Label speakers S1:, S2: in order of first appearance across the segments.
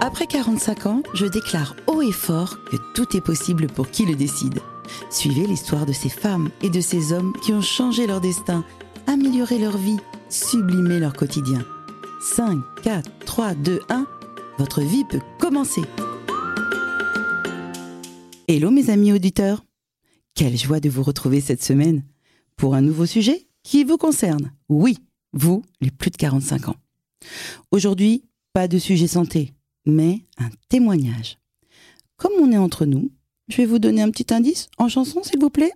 S1: Après 45 ans, je déclare haut et fort que tout est possible pour qui le décide. Suivez l'histoire de ces femmes et de ces hommes qui ont changé leur destin, amélioré leur vie, sublimé leur quotidien. 5, 4, 3, 2, 1, votre vie peut commencer. Hello mes amis auditeurs. Quelle joie de vous retrouver cette semaine pour un nouveau sujet qui vous concerne. Oui, vous, les plus de 45 ans. Aujourd'hui, pas de sujet santé, mais un témoignage. Comme on est entre nous, je vais vous donner un petit indice en chanson, s'il vous plaît.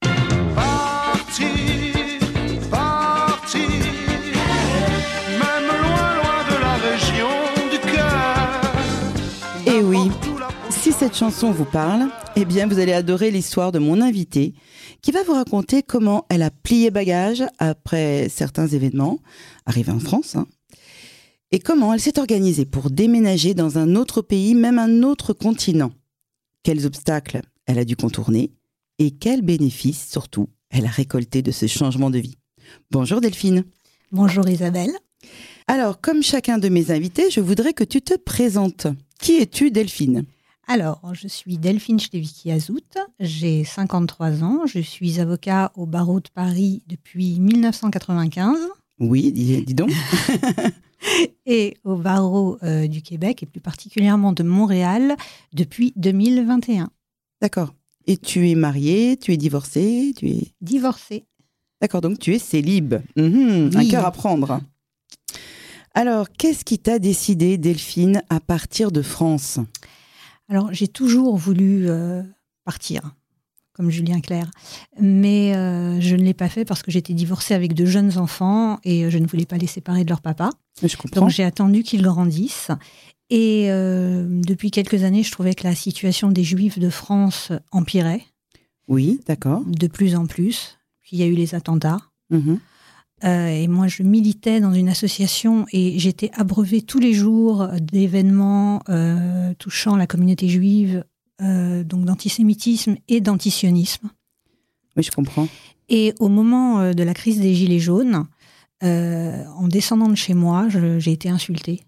S2: Partir, partir, même loin, loin de la région du cœur.
S1: Eh oui. Si cette chanson vous parle, eh bien vous allez adorer l'histoire de mon invitée qui va vous raconter comment elle a plié bagage après certains événements, arrivée en France, hein, et comment elle s'est organisée pour déménager dans un autre pays, même un autre continent. Quels obstacles elle a dû contourner et quels bénéfices surtout elle a récolté de ce changement de vie. Bonjour Delphine.
S3: Bonjour Isabelle.
S1: Alors, comme chacun de mes invités, je voudrais que tu te présentes. Qui es-tu Delphine
S3: Alors, je suis Delphine Chdevicki Azout, j'ai 53 ans, je suis avocat au barreau de Paris depuis 1995
S1: Oui, dis, dis donc.
S3: et au barreau euh, du Québec et plus particulièrement de Montréal depuis 2021.
S1: D'accord. Et tu es mariée, tu es divorcée, tu es...
S3: Divorcée.
S1: D'accord, donc tu es célib. Mhm, Un
S3: Oui.
S1: cœur à prendre. Alors, qu'est-ce qui t'a décidé, Delphine, à partir de France
S3: Alors, j'ai toujours voulu euh, partir, comme Julien Clerc, mais euh, je ne l'ai pas fait parce que j'étais divorcée avec de jeunes enfants et euh, je ne voulais pas les séparer de leur papa.
S1: Je comprends.
S3: Donc j'ai attendu qu'ils grandissent. Et euh, depuis quelques années, je trouvais que la situation des Juifs de France empirait
S1: Oui, d'accord.
S3: de plus en plus. Puis il y a eu les attentats.
S1: Mhm.
S3: Euh, et moi, je militais dans une association et j'étais abreuvée tous les jours d'événements euh, touchant la communauté juive, euh, donc d'antisémitisme et d'antisionisme.
S1: Oui, je comprends.
S3: Et au moment euh, de la crise des Gilets jaunes, euh, en descendant de chez moi, je- j'ai été insultée.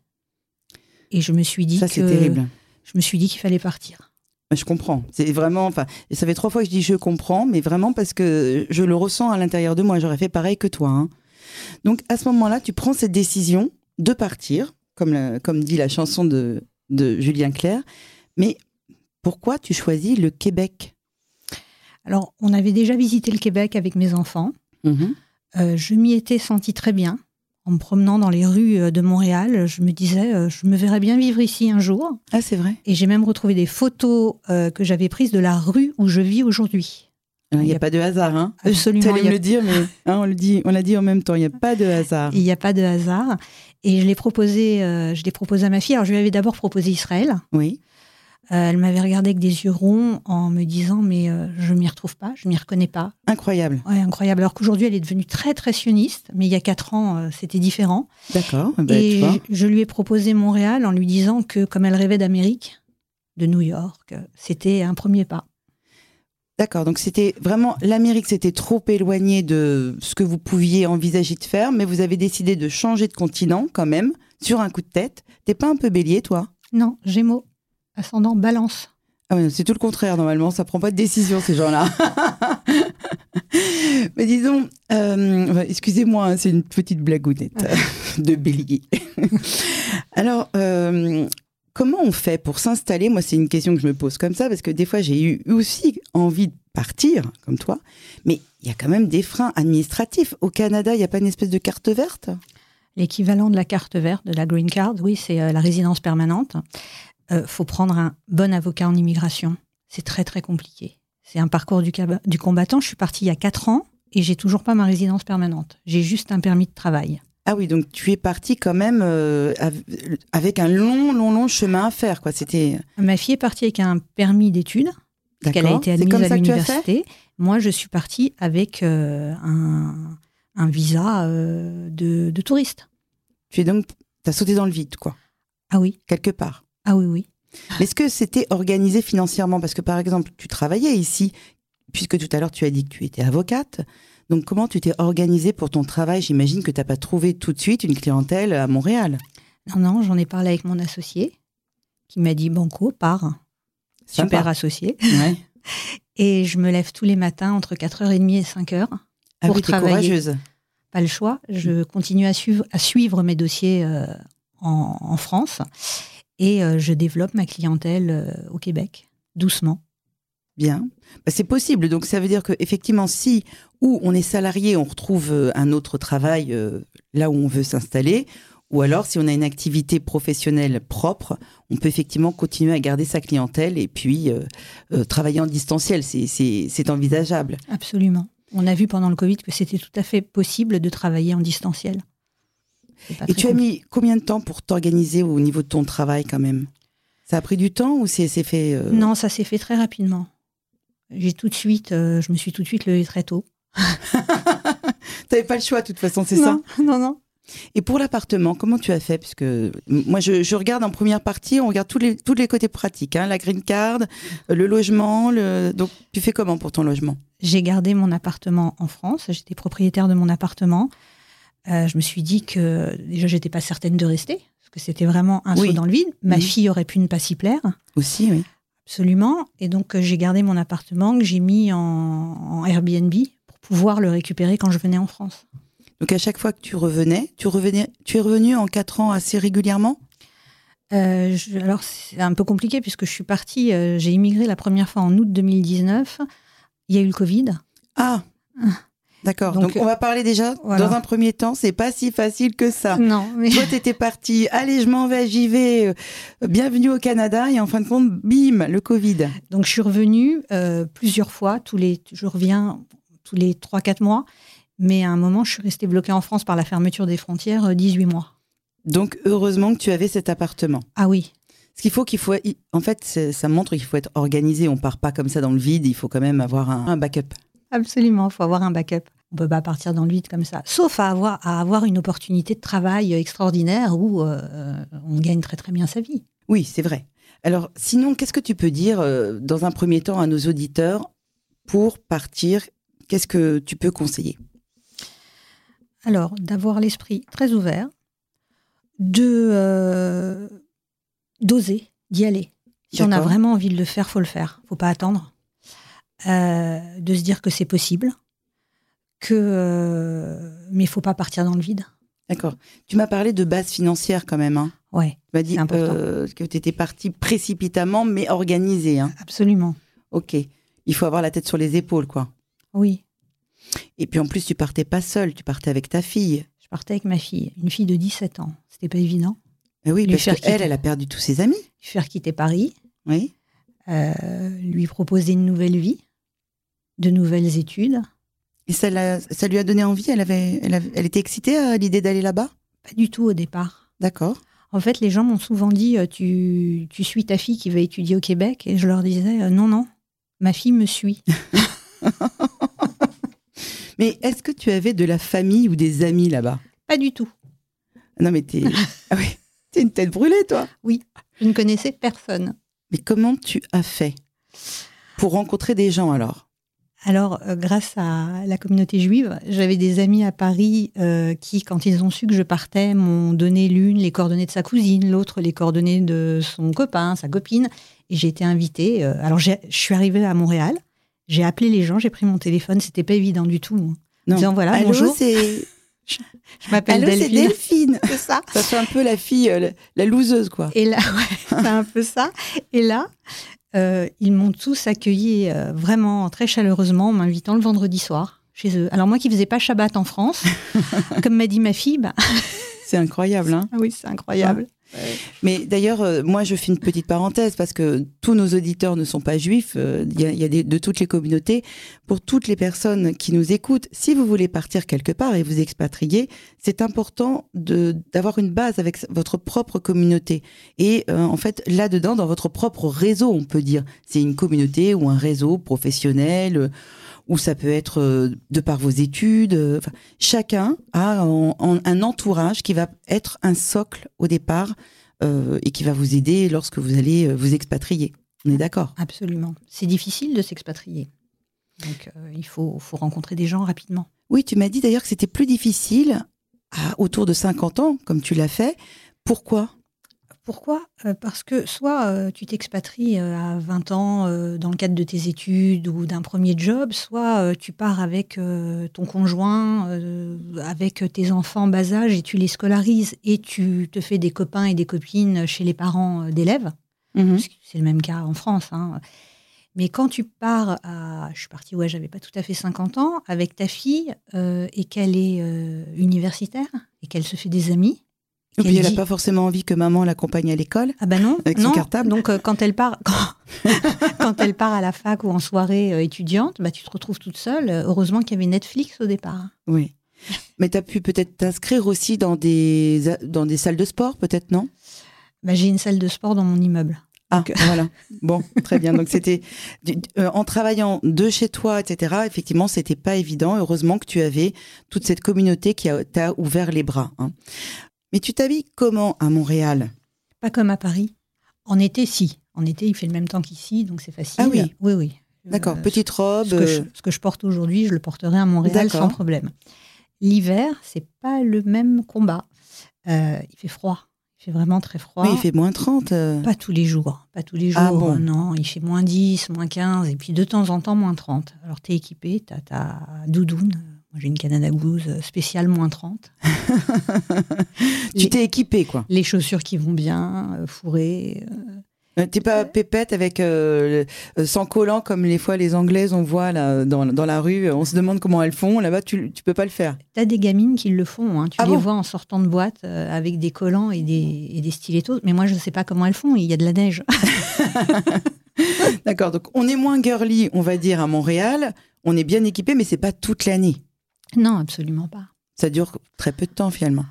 S3: Et je me suis dit
S1: Ça, c'est
S3: que
S1: terrible.
S3: je me suis dit qu'il fallait partir.
S1: Je comprends. C'est vraiment. Enfin, ça fait trois fois que je dis je comprends, mais vraiment parce que je le ressens à l'intérieur de moi. J'aurais fait pareil que toi. hein. Donc à ce moment-là, tu prends cette décision de partir, comme, la- comme dit la chanson de, de Julien Clerc. Mais pourquoi tu choisis le Québec
S3: Alors, on avait déjà visité le Québec avec mes enfants.
S1: Mm-hmm.
S3: Euh, je m'y étais sentie très bien. En me promenant dans les rues euh, de Montréal, je me disais, euh, je me verrais bien vivre ici un jour.
S1: Ah, c'est vrai.
S3: Et j'ai même retrouvé des photos euh, que j'avais prises de la rue où je vis aujourd'hui.
S1: Il n'y
S3: Il y
S1: a
S3: a-
S1: pas de hasard. Hein tu
S3: Absolument.
S1: allais
S3: il y
S1: me
S3: a-
S1: le dire, mais hein, on le dit, on l'a dit en même temps. Il n'y a pas de hasard.
S3: Il n'y a pas de hasard. Et je l'ai proposé, euh, je l'ai proposé à ma fille. Alors, je lui avais d'abord proposé Israël.
S1: Oui.
S3: Euh, elle m'avait regardé avec des yeux ronds en me disant, mais euh, je m'y retrouve pas, je m'y reconnais pas.
S1: Incroyable.
S3: Ouais, incroyable. Alors qu'aujourd'hui, elle est devenue très, très sioniste. Mais il y a quatre ans, euh, c'était différent.
S1: D'accord. Ben, tu
S3: et
S1: vois.
S3: je, je lui ai proposé Montréal en lui disant que, comme elle rêvait d'Amérique, de New York, euh, c'était un premier pas.
S1: D'accord, donc c'était vraiment l'Amérique, c'était trop éloigné de ce que vous pouviez envisager de faire, mais vous avez décidé de changer de continent quand même, sur un coup de tête. T'es pas un peu bélier, toi
S3: Non, Gémeaux, ascendant Balance.
S1: ah ouais, C'est tout le contraire, normalement, ça prend pas de décision, ces gens-là. mais disons, euh, bah, excusez-moi, hein, c'est une petite blagounette de bélier. Alors, euh, comment on fait pour s'installer Moi, c'est une question que je me pose comme ça, parce que des fois, j'ai eu aussi envie de partir, comme toi, mais il y a quand même des freins administratifs. Au Canada, il n'y a pas une espèce de carte verte
S3: L'équivalent de la carte verte, de la green card, oui, c'est euh, la résidence permanente. Euh, faut prendre un bon avocat en immigration. C'est très, très compliqué. C'est un parcours du, caba- du combattant. Je suis partie il y a 4 ans et j'ai toujours pas ma résidence permanente. J'ai juste un permis de travail.
S1: Ah oui, donc tu es parti quand même euh, av- avec un long, long, long chemin à faire, quoi. C'était.
S3: Ma fille est partie avec un permis d'études, parce qu'elle a
S1: D'accord.
S3: été
S1: C'est
S3: admise
S1: comme
S3: à
S1: ça que tu as fait
S3: l'université. Moi, je suis partie avec euh, un, un visa euh, de, de touriste.
S1: Tu es donc, t'as sauté dans le vide, quoi,
S3: Ah oui,
S1: quelque part.
S3: ah oui, oui.
S1: Mais Est-ce que c'était organisé financièrement Parce que par exemple, tu travaillais ici, puisque tout à l'heure tu as dit que tu étais avocate. Donc comment tu t'es organisée pour ton travail J'imagine que t'as pas trouvé tout de suite une clientèle à Montréal.
S3: Non, non, j'en ai parlé avec mon associé, qui m'a dit Banco, par
S1: Sympa.
S3: super associé.
S1: Ouais.
S3: Et je me lève tous les matins entre 4h30 et 5h.
S1: Ah
S3: Pour
S1: oui, t'es
S3: travailler.
S1: courageuse.
S3: Pas le choix.
S1: Mm.
S3: Je continue à suivre, à suivre mes dossiers euh, en, en France et euh, je développe ma clientèle euh, au Québec, doucement.
S1: Bien. Bah, c'est possible. Donc, ça veut dire que effectivement, si ou on est salarié, on retrouve euh, un autre travail euh, là où on veut s'installer, ou alors si on a une activité professionnelle propre, on peut effectivement continuer à garder sa clientèle et puis euh, euh, travailler en distanciel. C'est- C'est c'est envisageable.
S3: Absolument. On a vu pendant le Covid que c'était tout à fait possible de travailler en distanciel. C'est pas
S1: Et
S3: Ah, très
S1: tu as
S3: compliqué.
S1: mis combien de temps pour t'organiser au niveau de ton travail quand même Ça a pris du temps ou c'est c'est fait euh,
S3: Non, ça s'est fait très rapidement. J'ai tout de suite, euh, je me suis tout de suite levée très tôt.
S1: T'avais pas le choix de toute façon, c'est ça
S3: Non, Non, non.
S1: Et pour l'appartement, comment tu as fait Parce que m- moi, je, je regarde en première partie, on regarde tous les, tous les côtés pratiques, hein, la green card, euh, le logement. Le... Donc, tu fais comment pour ton logement
S3: J'ai gardé mon appartement en France. J'étais propriétaire de mon appartement. Euh, je me suis dit que déjà, j'étais pas certaine de rester parce que c'était vraiment un
S1: Oui.
S3: saut dans le vide. Ma
S1: Mhm.
S3: fille aurait pu ne pas s'y plaire.
S1: Aussi, oui.
S3: Absolument. Et donc, euh, j'ai gardé mon appartement que j'ai mis en, en Airbnb pour pouvoir le récupérer quand je venais en France.
S1: Donc, à chaque fois que tu revenais, tu, revenais, tu es revenu en quatre ans assez régulièrement
S3: Euh, je- alors, c'est un peu compliqué puisque je suis partie, euh, j'ai immigré la première fois en août 2019. Il y a eu le Covid.
S1: Ah D'accord. Donc, euh,
S3: Donc,
S1: on va parler déjà,
S3: voilà.
S1: dans un premier temps, c'est pas si facile que ça.
S3: Non, mais
S1: Toi, t'étais parti, allez, je m'en vais, j'y vais, euh, bienvenue au Canada, et en fin de compte, bim, le Covid.
S3: donc je suis revenue euh, plusieurs fois. Tous les, je reviens tous les 3-4 mois. Mais à un moment, je suis restée bloquée en France par la fermeture des frontières euh, 18 mois.
S1: Donc, heureusement que tu avais cet appartement.
S3: Ah oui,
S1: Ce qu'il faut, qu'il faut, il- en fait, c'est- ça montre qu'il faut être organisé. On part pas comme ça dans le vide. Il faut quand même avoir un, un backup.
S3: absolument, il faut avoir un backup. On peut pas partir dans le vide comme ça. Sauf à avoir, à avoir une opportunité de travail euh, extraordinaire où euh, euh, on gagne très très bien sa vie.
S1: Oui, c'est vrai. Alors, sinon, qu'est-ce que tu peux dire euh, dans un premier temps à nos auditeurs pour partir Qu'est-ce que tu peux conseiller
S3: Alors, d'avoir l'esprit très ouvert, de euh, d'oser, d'y aller. Si on a
S1: D'accord.
S3: vraiment envie de le faire, faut le faire. Faut pas attendre. Euh, de se dire que c'est possible, que euh, mais faut pas partir dans le vide.
S1: D'accord. Tu m'as parlé de base financière quand même. hein.
S3: Ouais,
S1: Tu m'as dit
S3: C'est important.
S1: euh, que tu étais parti précipitamment, mais organisé. hein.
S3: absolument.
S1: Ok. Il faut avoir la tête sur les épaules, quoi.
S3: Oui,
S1: Et puis en plus, tu partais pas seul. Tu partais avec ta fille.
S3: je partais avec ma fille, une fille de 17 ans. C'était pas évident.
S1: Eh oui,
S3: Lui
S1: parce
S3: faire
S1: qu'elle,
S3: quitter.
S1: elle a perdu tous ses amis.
S3: Lui faire quitter Paris,
S1: Oui.
S3: euh, lui proposer une nouvelle vie, de nouvelles études.
S1: Et ça, l'a- ça lui a donné envie Elle, avait, elle, avait- elle était excitée à l'idée d'aller là-bas
S3: Pas du tout au départ.
S1: D'accord.
S3: En fait, les gens m'ont souvent dit euh, tu, tu suis ta fille qui va étudier au Québec Et je leur disais euh, Non, non, ma fille me suit.
S1: Mais est-ce que tu avais de la famille ou des amis là-bas
S3: Pas du tout.
S1: Non, mais t'es. ah oui, t'es une tête brûlée, toi.
S3: Je ne connaissais personne.
S1: Mais comment tu as fait pour rencontrer des gens alors
S3: Alors, euh, grâce à la communauté juive, j'avais des amis à Paris euh, qui, quand ils ont su que je partais, m'ont donné l'une les coordonnées de sa cousine, l'autre les coordonnées de son copain, sa copine. Et j'ai été invitée. euh, alors, j'ai- je suis arrivée à Montréal. J'ai appelé les gens, j'ai pris mon téléphone. C'était pas évident du tout. hein.
S1: Non.
S3: En disant voilà,
S1: Allô,
S3: bonjour,
S1: c'est
S3: je m'appelle
S1: Allô, c'est
S3: Delphine.
S1: Delphine.
S3: C'est ça.
S1: Ça fait un peu la fille, euh, la, la loseuse, quoi.
S3: Et là, ouais, c'est un peu ça. Et là, euh, ils m'ont tous accueilli euh, vraiment très chaleureusement en m'invitant le vendredi soir chez eux. Alors moi qui faisais pas Shabbat en France, comme m'a dit ma fille, bah,
S1: C'est incroyable, hein
S3: ah oui, c'est incroyable.
S1: Mais d'ailleurs, euh, moi, je fais une petite parenthèse parce que tous nos auditeurs ne sont pas juifs. euh, Il y a, il y a des- de toutes les communautés. Pour toutes les personnes qui nous écoutent, si vous voulez partir quelque part et vous expatrier, c'est important de d'avoir une base avec s- votre propre communauté. Et euh, en fait, là-dedans, dans votre propre réseau, on peut dire, c'est une communauté ou un réseau professionnel. euh, ou ça peut être euh, de par vos études. euh, enfin, chacun a en- en- un entourage qui va être un socle au départ euh, et qui va vous aider lorsque vous allez euh, vous expatrier. On est d'accord
S3: Absolument. C'est difficile de s'expatrier. Donc euh, il faut, faut rencontrer des gens rapidement.
S1: Oui, tu m'as dit d'ailleurs que c'était plus difficile à, autour de 50 ans, comme tu l'as fait. Pourquoi
S3: Pourquoi Euh, Parce que soit euh, tu t'expatries euh, à 20 ans euh, dans le cadre de tes études ou d'un premier job, soit euh, tu pars avec euh, ton conjoint, euh, avec tes enfants bas âge et tu les scolarises et tu te fais des copains et des copines chez les parents euh, d'élèves.
S1: Mhm.
S3: Parce que c'est le même cas en France. hein. Mais quand tu pars à. Je suis partie, ouais, j'avais pas tout à fait 50 ans, avec ta fille, euh, et qu'elle est euh, universitaire, et qu'elle se fait des amis.
S1: Et puis
S3: qu'elle
S1: elle n'a
S3: dit-
S1: pas forcément envie que maman l'accompagne à l'école.
S3: Ah bah non,
S1: Avec son
S3: non.
S1: cartable.
S3: Donc euh, quand elle part, quand, quand elle part à la fac ou en soirée euh, étudiante, bah tu te retrouves toute seule. Euh, Heureusement qu'il y avait Netflix au départ.
S1: Oui. Mais tu as pu peut-être t'inscrire aussi dans des, euh, dans des salles de sport, peut-être, non
S3: Bah, j'ai une salle de sport dans mon immeuble.
S1: Ah,
S3: Donc-
S1: voilà. Bon, très bien. Donc, c'était du- euh, en travaillant de chez toi, etc. Effectivement, c'était pas évident. Heureusement que tu avais toute cette communauté qui a- t'a ouvert les bras. hein. Mais tu t'habilles comment à Montréal
S3: Pas comme à Paris. En été, si. En été, il fait le même temps qu'ici, donc c'est facile.
S1: Ah oui.
S3: Oui, oui.
S1: D'accord.
S3: Euh,
S1: Petite robe.
S3: ce, que je,
S1: euh,
S3: ce que je porte aujourd'hui, je le porterai à Montréal
S1: D'accord.
S3: sans problème. L'hiver, c'est pas le même combat. Euh, il fait froid. Il fait vraiment très froid.
S1: Oui, il fait moins 30. euh.
S3: Pas tous les jours, hein. pas tous les jours, euh,
S1: Ah bon.
S3: non, il fait moins 10, moins 15, et puis de temps en temps moins 30. Alors t'es équipé, t'as ta doudoune, euh, moi j'ai une Canada Goose euh, spéciale moins 30,
S1: Tu t'es équipée, quoi.
S3: les chaussures qui vont bien, euh, fourrées, euh,
S1: Euh, T'es pas pépette avec euh, le- euh, sans collant comme les fois les Anglaises on voit là, dans, dans la rue. On se demande comment elles font. Là-bas, tu, tu peux pas le faire.
S3: T'as des gamines qui le font. hein. Tu
S1: Ah
S3: les
S1: bon
S3: vois en sortant de boîte euh, avec des collants et des, et des stilettos. Mais moi, je ne sais pas comment elles font. Il y a de la neige.
S1: D'accord. Donc, on est moins girly, on va dire, à Montréal. On est bien équipé, mais c'est pas toute l'année.
S3: non, absolument pas.
S1: Ça dure très peu de temps finalement.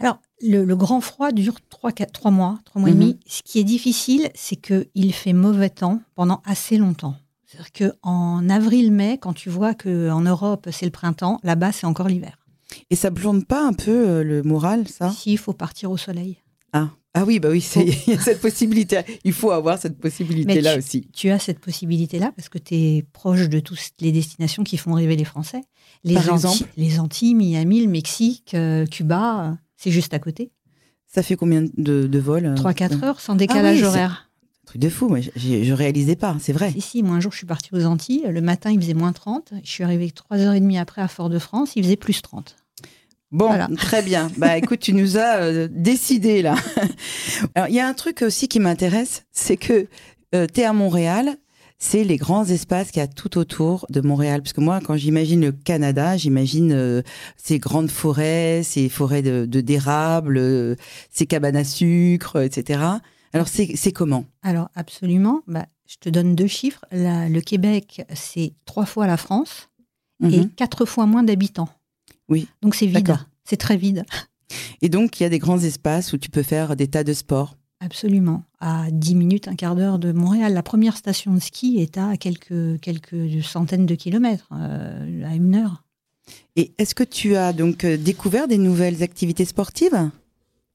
S3: Alors, le, le grand froid dure 3, mois, trois
S1: Mhm.
S3: mois et demi. Ce qui est difficile, c'est qu'il fait mauvais temps pendant assez longtemps. C'est-à-dire qu'en avril-mai, quand tu vois qu'en Europe, c'est le printemps, là-bas, c'est encore l'hiver.
S1: Et ça blonde pas un peu euh, le moral, ça
S3: Ici, il faut partir au soleil.
S1: ah. ah oui, bah oui, c'est- il y a cette possibilité. Il faut avoir cette possibilité-là
S3: tu-
S1: aussi.
S3: Tu as cette possibilité-là parce que tu es proche de toutes les destinations qui font rêver les Français. Les
S1: Par
S3: Antilles,
S1: exemple
S3: les Antilles, Miami, le Mexique, euh, Cuba, euh, c'est juste à côté.
S1: Ça fait combien de, de vols euh,
S3: 3-4 heures sans décalage
S1: c'est-
S3: horaire.
S1: Truc de fou, moi, j'ai- je réalisais pas, hein, c'est vrai.
S3: Ici, moi, un jour, je suis partie aux Antilles. Le matin, il faisait moins 30. Je suis arrivée 3h30 après à Fort-de-France. Il faisait plus 30.
S1: Bon,
S3: Voilà.
S1: très bien. Bah écoute, tu nous as euh, décidé là. Alors, il y a un truc aussi qui m'intéresse, c'est que euh, t'es à Montréal, c'est les grands espaces qu'il y a tout autour de Montréal. Parce que moi, quand j'imagine le Canada, j'imagine euh, ces grandes forêts, ces forêts de, de dérable, euh, ces cabanes à sucre, etc. Alors, c'est c'est comment
S3: Alors, absolument. Bah, je te donne deux chiffres. La- le Québec, c'est trois fois la France et
S1: Mhm.
S3: quatre fois moins d'habitants.
S1: Oui.
S3: Donc, c'est vide.
S1: D'accord.
S3: C'est très vide.
S1: et, donc, il y a des grands espaces où tu peux faire des tas de sports.
S3: Absolument. À 10 minutes, un quart d'heure de Montréal, la première station de ski est à quelques, quelques centaines de kilomètres, euh, à une heure.
S1: Et est-ce que tu as donc euh, découvert des nouvelles activités sportives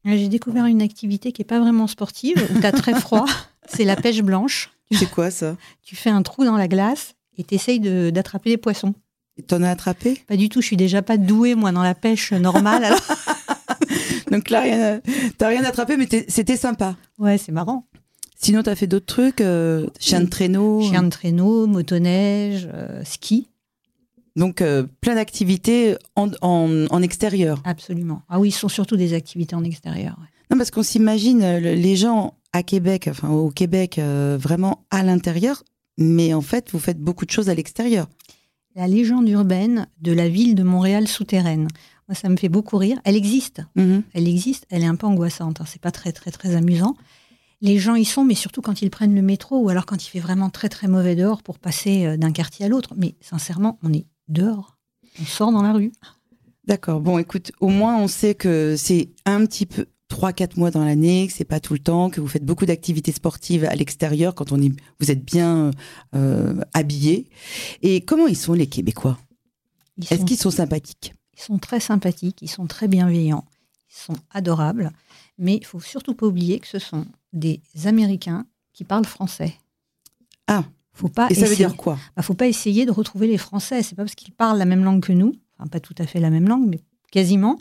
S3: Là, J'ai découvert une activité qui n'est pas vraiment sportive, où tu as très froid, c'est la pêche blanche.
S1: C'est quoi ça
S3: Tu fais un trou dans la glace et tu essayes d'attraper les poissons.
S1: T'en as attrapé
S3: Pas du tout, je suis déjà pas douée, moi, dans la pêche normale. Alors...
S1: Donc là, rien à- t'as rien attrapé, mais t'es- c'était sympa.
S3: Ouais, c'est marrant.
S1: Sinon, t'as fait d'autres trucs, euh, chien de traîneau,
S3: Oh. Chien de traîneau, motoneige, euh, ski,
S1: donc euh, plein d'activités en, en- en extérieur.
S3: absolument. Ah oui, ce sont surtout des activités en extérieur. ouais.
S1: Non, parce qu'on s'imagine euh, le- les gens à Québec, enfin au Québec, euh, vraiment à l'intérieur, mais en fait, vous faites beaucoup de choses à l'extérieur.
S3: La légende urbaine de la ville de Montréal souterraine. Moi, ça me fait beaucoup rire. Elle existe.
S1: Mhm.
S3: Elle existe. Elle est un peu angoissante. hein. C'est pas très, très, très amusant. Les gens y sont, mais surtout quand ils prennent le métro ou alors quand il fait vraiment très, très mauvais dehors pour passer euh, d'un quartier à l'autre. Mais sincèrement, on est dehors. On sort dans la rue.
S1: D'accord. Bon, écoute, au moins, on sait que c'est un petit peu. 3-4 mois dans l'année, que c'est pas tout le temps, que vous faites beaucoup d'activités sportives à l'extérieur quand on est, vous êtes bien euh, habillé. Et comment ils sont les Québécois
S3: Ils
S1: Est-ce
S3: sont,
S1: qu'ils sont sympathiques
S3: ils sont très sympathiques, ils sont très bienveillants, ils sont adorables. Mais il faut surtout pas oublier que ce sont des Américains qui parlent français.
S1: Ah.
S3: Faut pas
S1: Et ça veut
S3: essayer.
S1: dire quoi
S3: ne faut pas essayer de retrouver les Français. C'est pas parce qu'ils parlent la même langue que nous, enfin pas tout à fait la même langue, mais quasiment,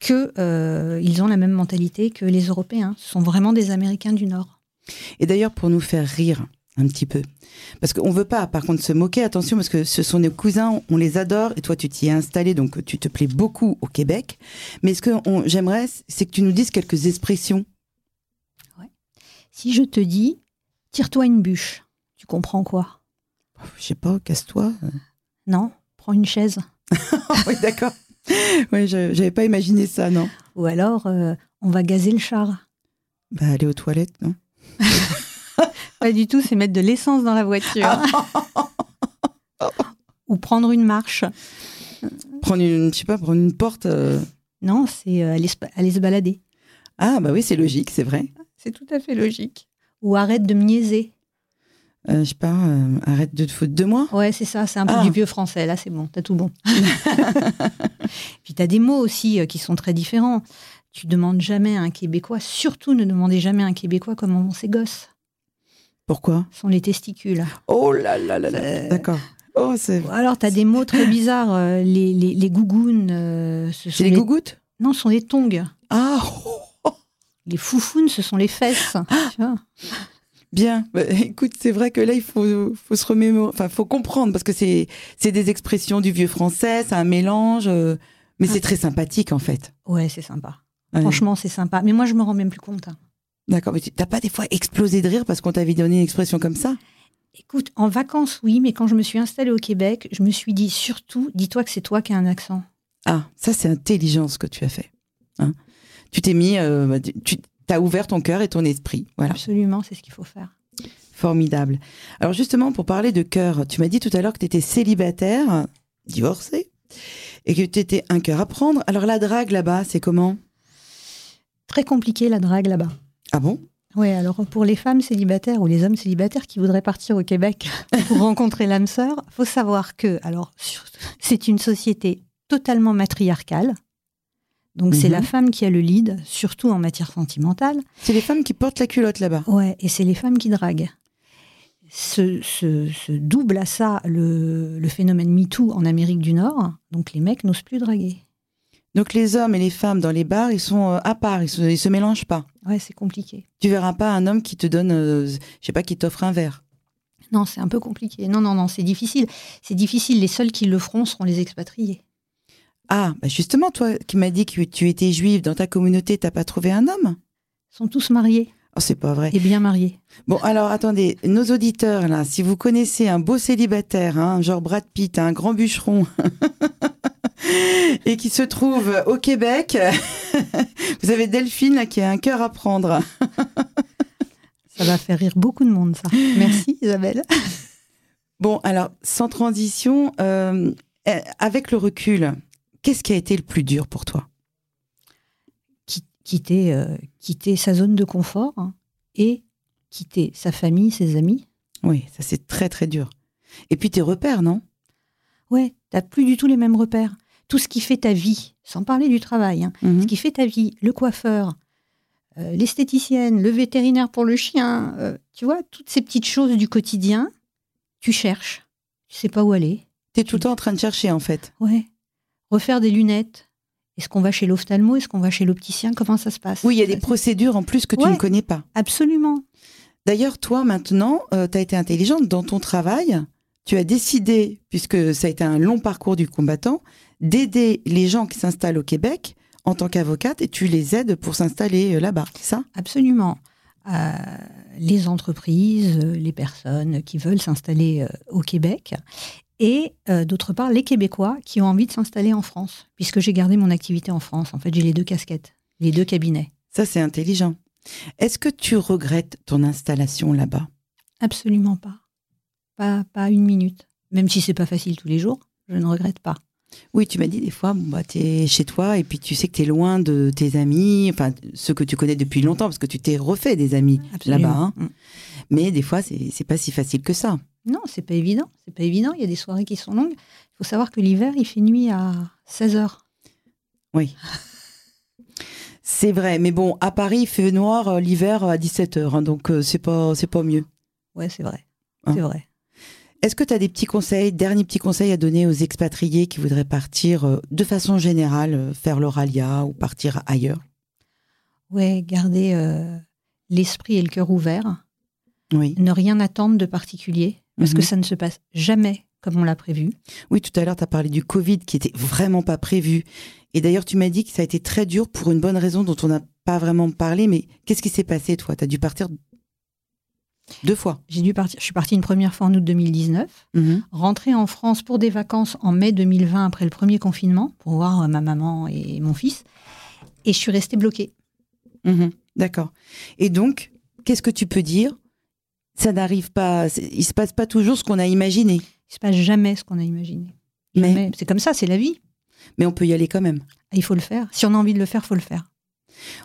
S3: que euh, ils ont la même mentalité que les Européens. Ce sont vraiment des Américains du Nord.
S1: Et d'ailleurs, pour nous faire rire un petit peu, parce qu'on veut pas, par contre, se moquer. Attention, parce que ce sont nos cousins, on les adore, et toi, tu t'y es installé, donc tu te plais beaucoup au Québec. Mais ce que on- j'aimerais, c'est que tu nous dises quelques expressions.
S3: Si je te dis, tire-toi une bûche, tu comprends quoi
S1: Je sais pas, casse-toi.
S3: Non Prends une chaise.
S1: oui, d'accord. Oui, je- j'avais pas imaginé ça, non.
S3: Ou alors, euh, on va gazer le char.
S1: Bah, aller aux toilettes, non.
S3: Pas du tout, c'est mettre de l'essence dans la voiture. Ou prendre une marche.
S1: Prendre une, je sais pas, prendre une porte. euh,
S3: Non, c'est euh, aller, se- aller se balader.
S1: Ah, bah oui, c'est logique, c'est vrai.
S3: C'est tout à fait logique. Ou arrête de me niaiser.
S1: Euh, je sais pas, euh, arrête de te foutre de moi.
S3: Ouais, c'est ça, c'est un peu
S1: Ah.
S3: du vieux français. Là, c'est bon, t'as tout bon. Puis t'as des mots aussi euh, qui sont très différents. Tu demandes jamais à un Québécois, surtout ne demandez jamais à un Québécois comment vont ses gosses,
S1: Pourquoi
S3: sont les testicules.
S1: Oh là là là
S3: Euh,
S1: D'accord. Oh, c'est.
S3: Ou Alors, t'as des mots très bizarres. euh, les, les, les gougounes, euh, ce sont
S1: C'est les gougouttes
S3: Non, ce sont les tongs.
S1: Ah, oh,
S3: Les foufounes, ce sont les fesses.
S1: Ah
S3: tu vois.
S1: bien. Bah, écoute, c'est vrai que là, il faut, faut se remémorer. Enfin, faut comprendre parce que c'est c'est des expressions du vieux français, c'est un mélange, euh, mais c'est très sympathique en fait.
S3: Ouais, c'est sympa.
S1: Ouais.
S3: Ah. Franchement, c'est sympa. Mais moi, je me rends même plus compte. hein.
S1: D'accord, mais tu- t'as pas des fois explosé de rire parce qu'on t'avait donné une expression comme ça
S3: Écoute, en vacances, oui, mais quand je me suis installée au Québec, je me suis dit surtout, dis-toi que c'est toi qui as un accent.
S1: Ah, ça, c'est intelligent ce que tu as fait. hein. tu t'es mis, euh, bah, tu- tu as ouvert ton cœur et ton esprit. Voilà.
S3: Absolument, c'est ce qu'il faut faire.
S1: Formidable. Alors justement, pour parler de cœur, tu m'as dit tout à l'heure que tu étais célibataire, divorcé, et que tu étais un cœur à prendre. Alors la drague là-bas, c'est comment
S3: Très compliqué la drague là-bas.
S1: Ah bon
S3: Oui, alors pour les femmes célibataires ou les hommes célibataires qui voudraient partir au Québec pour rencontrer l'âme sœur, faut savoir que, alors, sur- c'est une société totalement matriarcale. Donc c'est
S1: Mhm.
S3: la femme qui a le lead, surtout en matière sentimentale.
S1: C'est les femmes qui portent la culotte là-bas.
S3: Ouais, et c'est les femmes qui draguent. Se, se- se double à ça le, le phénomène MeToo en Amérique du Nord. Donc les mecs n'osent plus draguer.
S1: Donc les hommes et les femmes dans les bars, ils sont euh, à part, ils se, ils se mélangent pas.
S3: Ouais, c'est compliqué.
S1: Tu verras pas un homme qui te donne, euh, je sais pas, qui t'offre un verre.
S3: Non, c'est un peu compliqué. Non, non, non, c'est difficile. C'est difficile. Les seuls qui le feront seront les expatriés.
S1: Ah, bah justement, toi qui m'as dit que tu étais juive dans ta communauté, t'as pas trouvé un homme
S3: Ils sont tous mariés
S1: Oh, c'est pas vrai.
S3: et bien mariés.
S1: Bon, alors attendez, nos auditeurs, là, si vous connaissez un beau célibataire, hein, genre Brad Pitt, un grand bûcheron, et qui se trouve au Québec, vous avez Delphine, là, qui a un cœur à prendre.
S3: Ça va faire rire beaucoup de monde, ça. Merci, Isabelle.
S1: Bon, alors, sans transition, euh, euh, avec le recul, qu'est-ce qui a été le plus dur pour toi
S3: Qui- Quitter, euh, quitter sa zone de confort hein, et quitter sa famille, ses amis.
S1: Oui, ça c'est très très dur. Et puis tes repères, non
S3: Ouais, t'as plus du tout les mêmes repères. Tout ce qui fait ta vie, sans parler du travail, hein, ce qui fait ta vie, le coiffeur, euh, l'esthéticienne, le vétérinaire pour le chien, euh, tu vois, toutes ces petites choses du quotidien, tu cherches, tu sais pas où aller.
S1: T'es tout le temps en train de chercher, en fait.
S3: Ouais. Refaire des lunettes. Est-ce qu'on va chez l'ophtalmo Est-ce qu'on va chez l'opticien Comment ça se passe
S1: Oui, il y a des
S3: Ça,
S1: procédures en plus que tu
S3: Euh, Ouais.
S1: ne connais pas.
S3: c'est- Absolument.
S1: D'ailleurs, toi, maintenant, tu as été intelligente dans ton travail. Tu as décidé, puisque ça a été un long parcours du combattant, d'aider les gens qui s'installent au Québec en tant qu'avocate et tu les aides pour s'installer euh, là-bas, c'est ça
S3: Absolument. Euh, les entreprises, euh, les personnes qui veulent s'installer euh, au Québec et euh, d'autre part les Québécois qui ont envie de s'installer en France, puisque j'ai gardé mon activité en France. En fait, j'ai les deux casquettes, les deux cabinets.
S1: Ça, c'est intelligent. Est-ce que tu regrettes ton installation là-bas
S3: Absolument pas. Pas, pas une minute. Même si c'est pas facile tous les jours, je ne regrette pas.
S1: Oui, tu m'as dit des fois, bon, bah, tu es chez toi et puis tu sais que tu es loin de tes amis, enfin ceux que tu connais depuis longtemps, parce que tu t'es refait des amis
S3: Absolument.
S1: là-bas. hein.
S3: Mm.
S1: Mais des fois, c'est c'est pas si facile que ça.
S3: Non, c'est pas évident. C'est pas évident. Il y a des soirées qui sont longues. Il faut savoir que l'hiver, il fait nuit à 16 heures.
S1: C'est vrai, mais bon, à Paris, il fait noir euh, hein, l'hiver à 17h, donc euh, c'est pas c'est pas mieux.
S3: Ouais, c'est vrai.
S1: Hein.
S3: C'est vrai.
S1: Est-ce que tu as des petits conseils, derniers petits conseils à donner aux expatriés qui voudraient partir euh, de façon générale, euh, faire l'Oralia ou partir ailleurs
S3: Ouais, garder euh, l'esprit et le cœur ouverts.
S1: Oui.
S3: Ne rien attendre de particulier, parce
S1: Mhm.
S3: que ça ne se passe jamais comme on l'a prévu.
S1: Oui, tout à l'heure, tu as parlé du Covid qui était vraiment pas prévu. Et d'ailleurs, tu m'as dit que ça a été très dur pour une bonne raison dont on n'a pas vraiment parlé. Mais qu'est-ce qui s'est passé, toi Tu as dû partir deux fois.
S3: J'ai dû partir. Je suis partie une première fois en août 2019, rentrée en France pour des vacances en mai 2020 après le premier confinement pour voir euh, ma maman et mon fils, et je suis restée bloquée.
S1: Mhm. D'accord. Et donc, qu'est-ce que tu peux dire Ça n'arrive pas, c'est- il se passe pas toujours ce qu'on a imaginé,
S3: Il se passe jamais ce qu'on a imaginé.
S1: mais, mais...
S3: Mais c'est comme ça, c'est la vie.
S1: on peut y aller quand même.
S3: Il faut le faire. Si on a envie de le faire, faut le faire.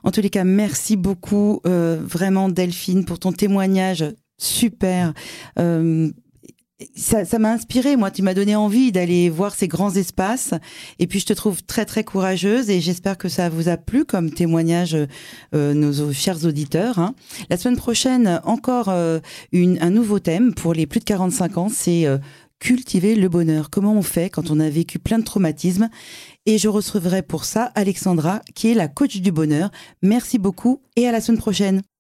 S1: En tous les cas, merci beaucoup euh, vraiment Delphine pour ton témoignage super. Euh, ça ça m'a inspiré, moi, tu m'as donné envie d'aller voir ces grands espaces. Et puis, je te trouve très, très courageuse et j'espère que ça vous a plu comme témoignage, euh, euh, nos au- chers auditeurs. hein. La semaine prochaine, encore euh, une- un nouveau thème pour les plus de 45 ans, c'est euh, cultiver le bonheur. Comment on fait quand on a vécu plein de traumatismes Et je recevrai pour ça Alexandra, qui est la coach du bonheur. Merci beaucoup et à la semaine prochaine.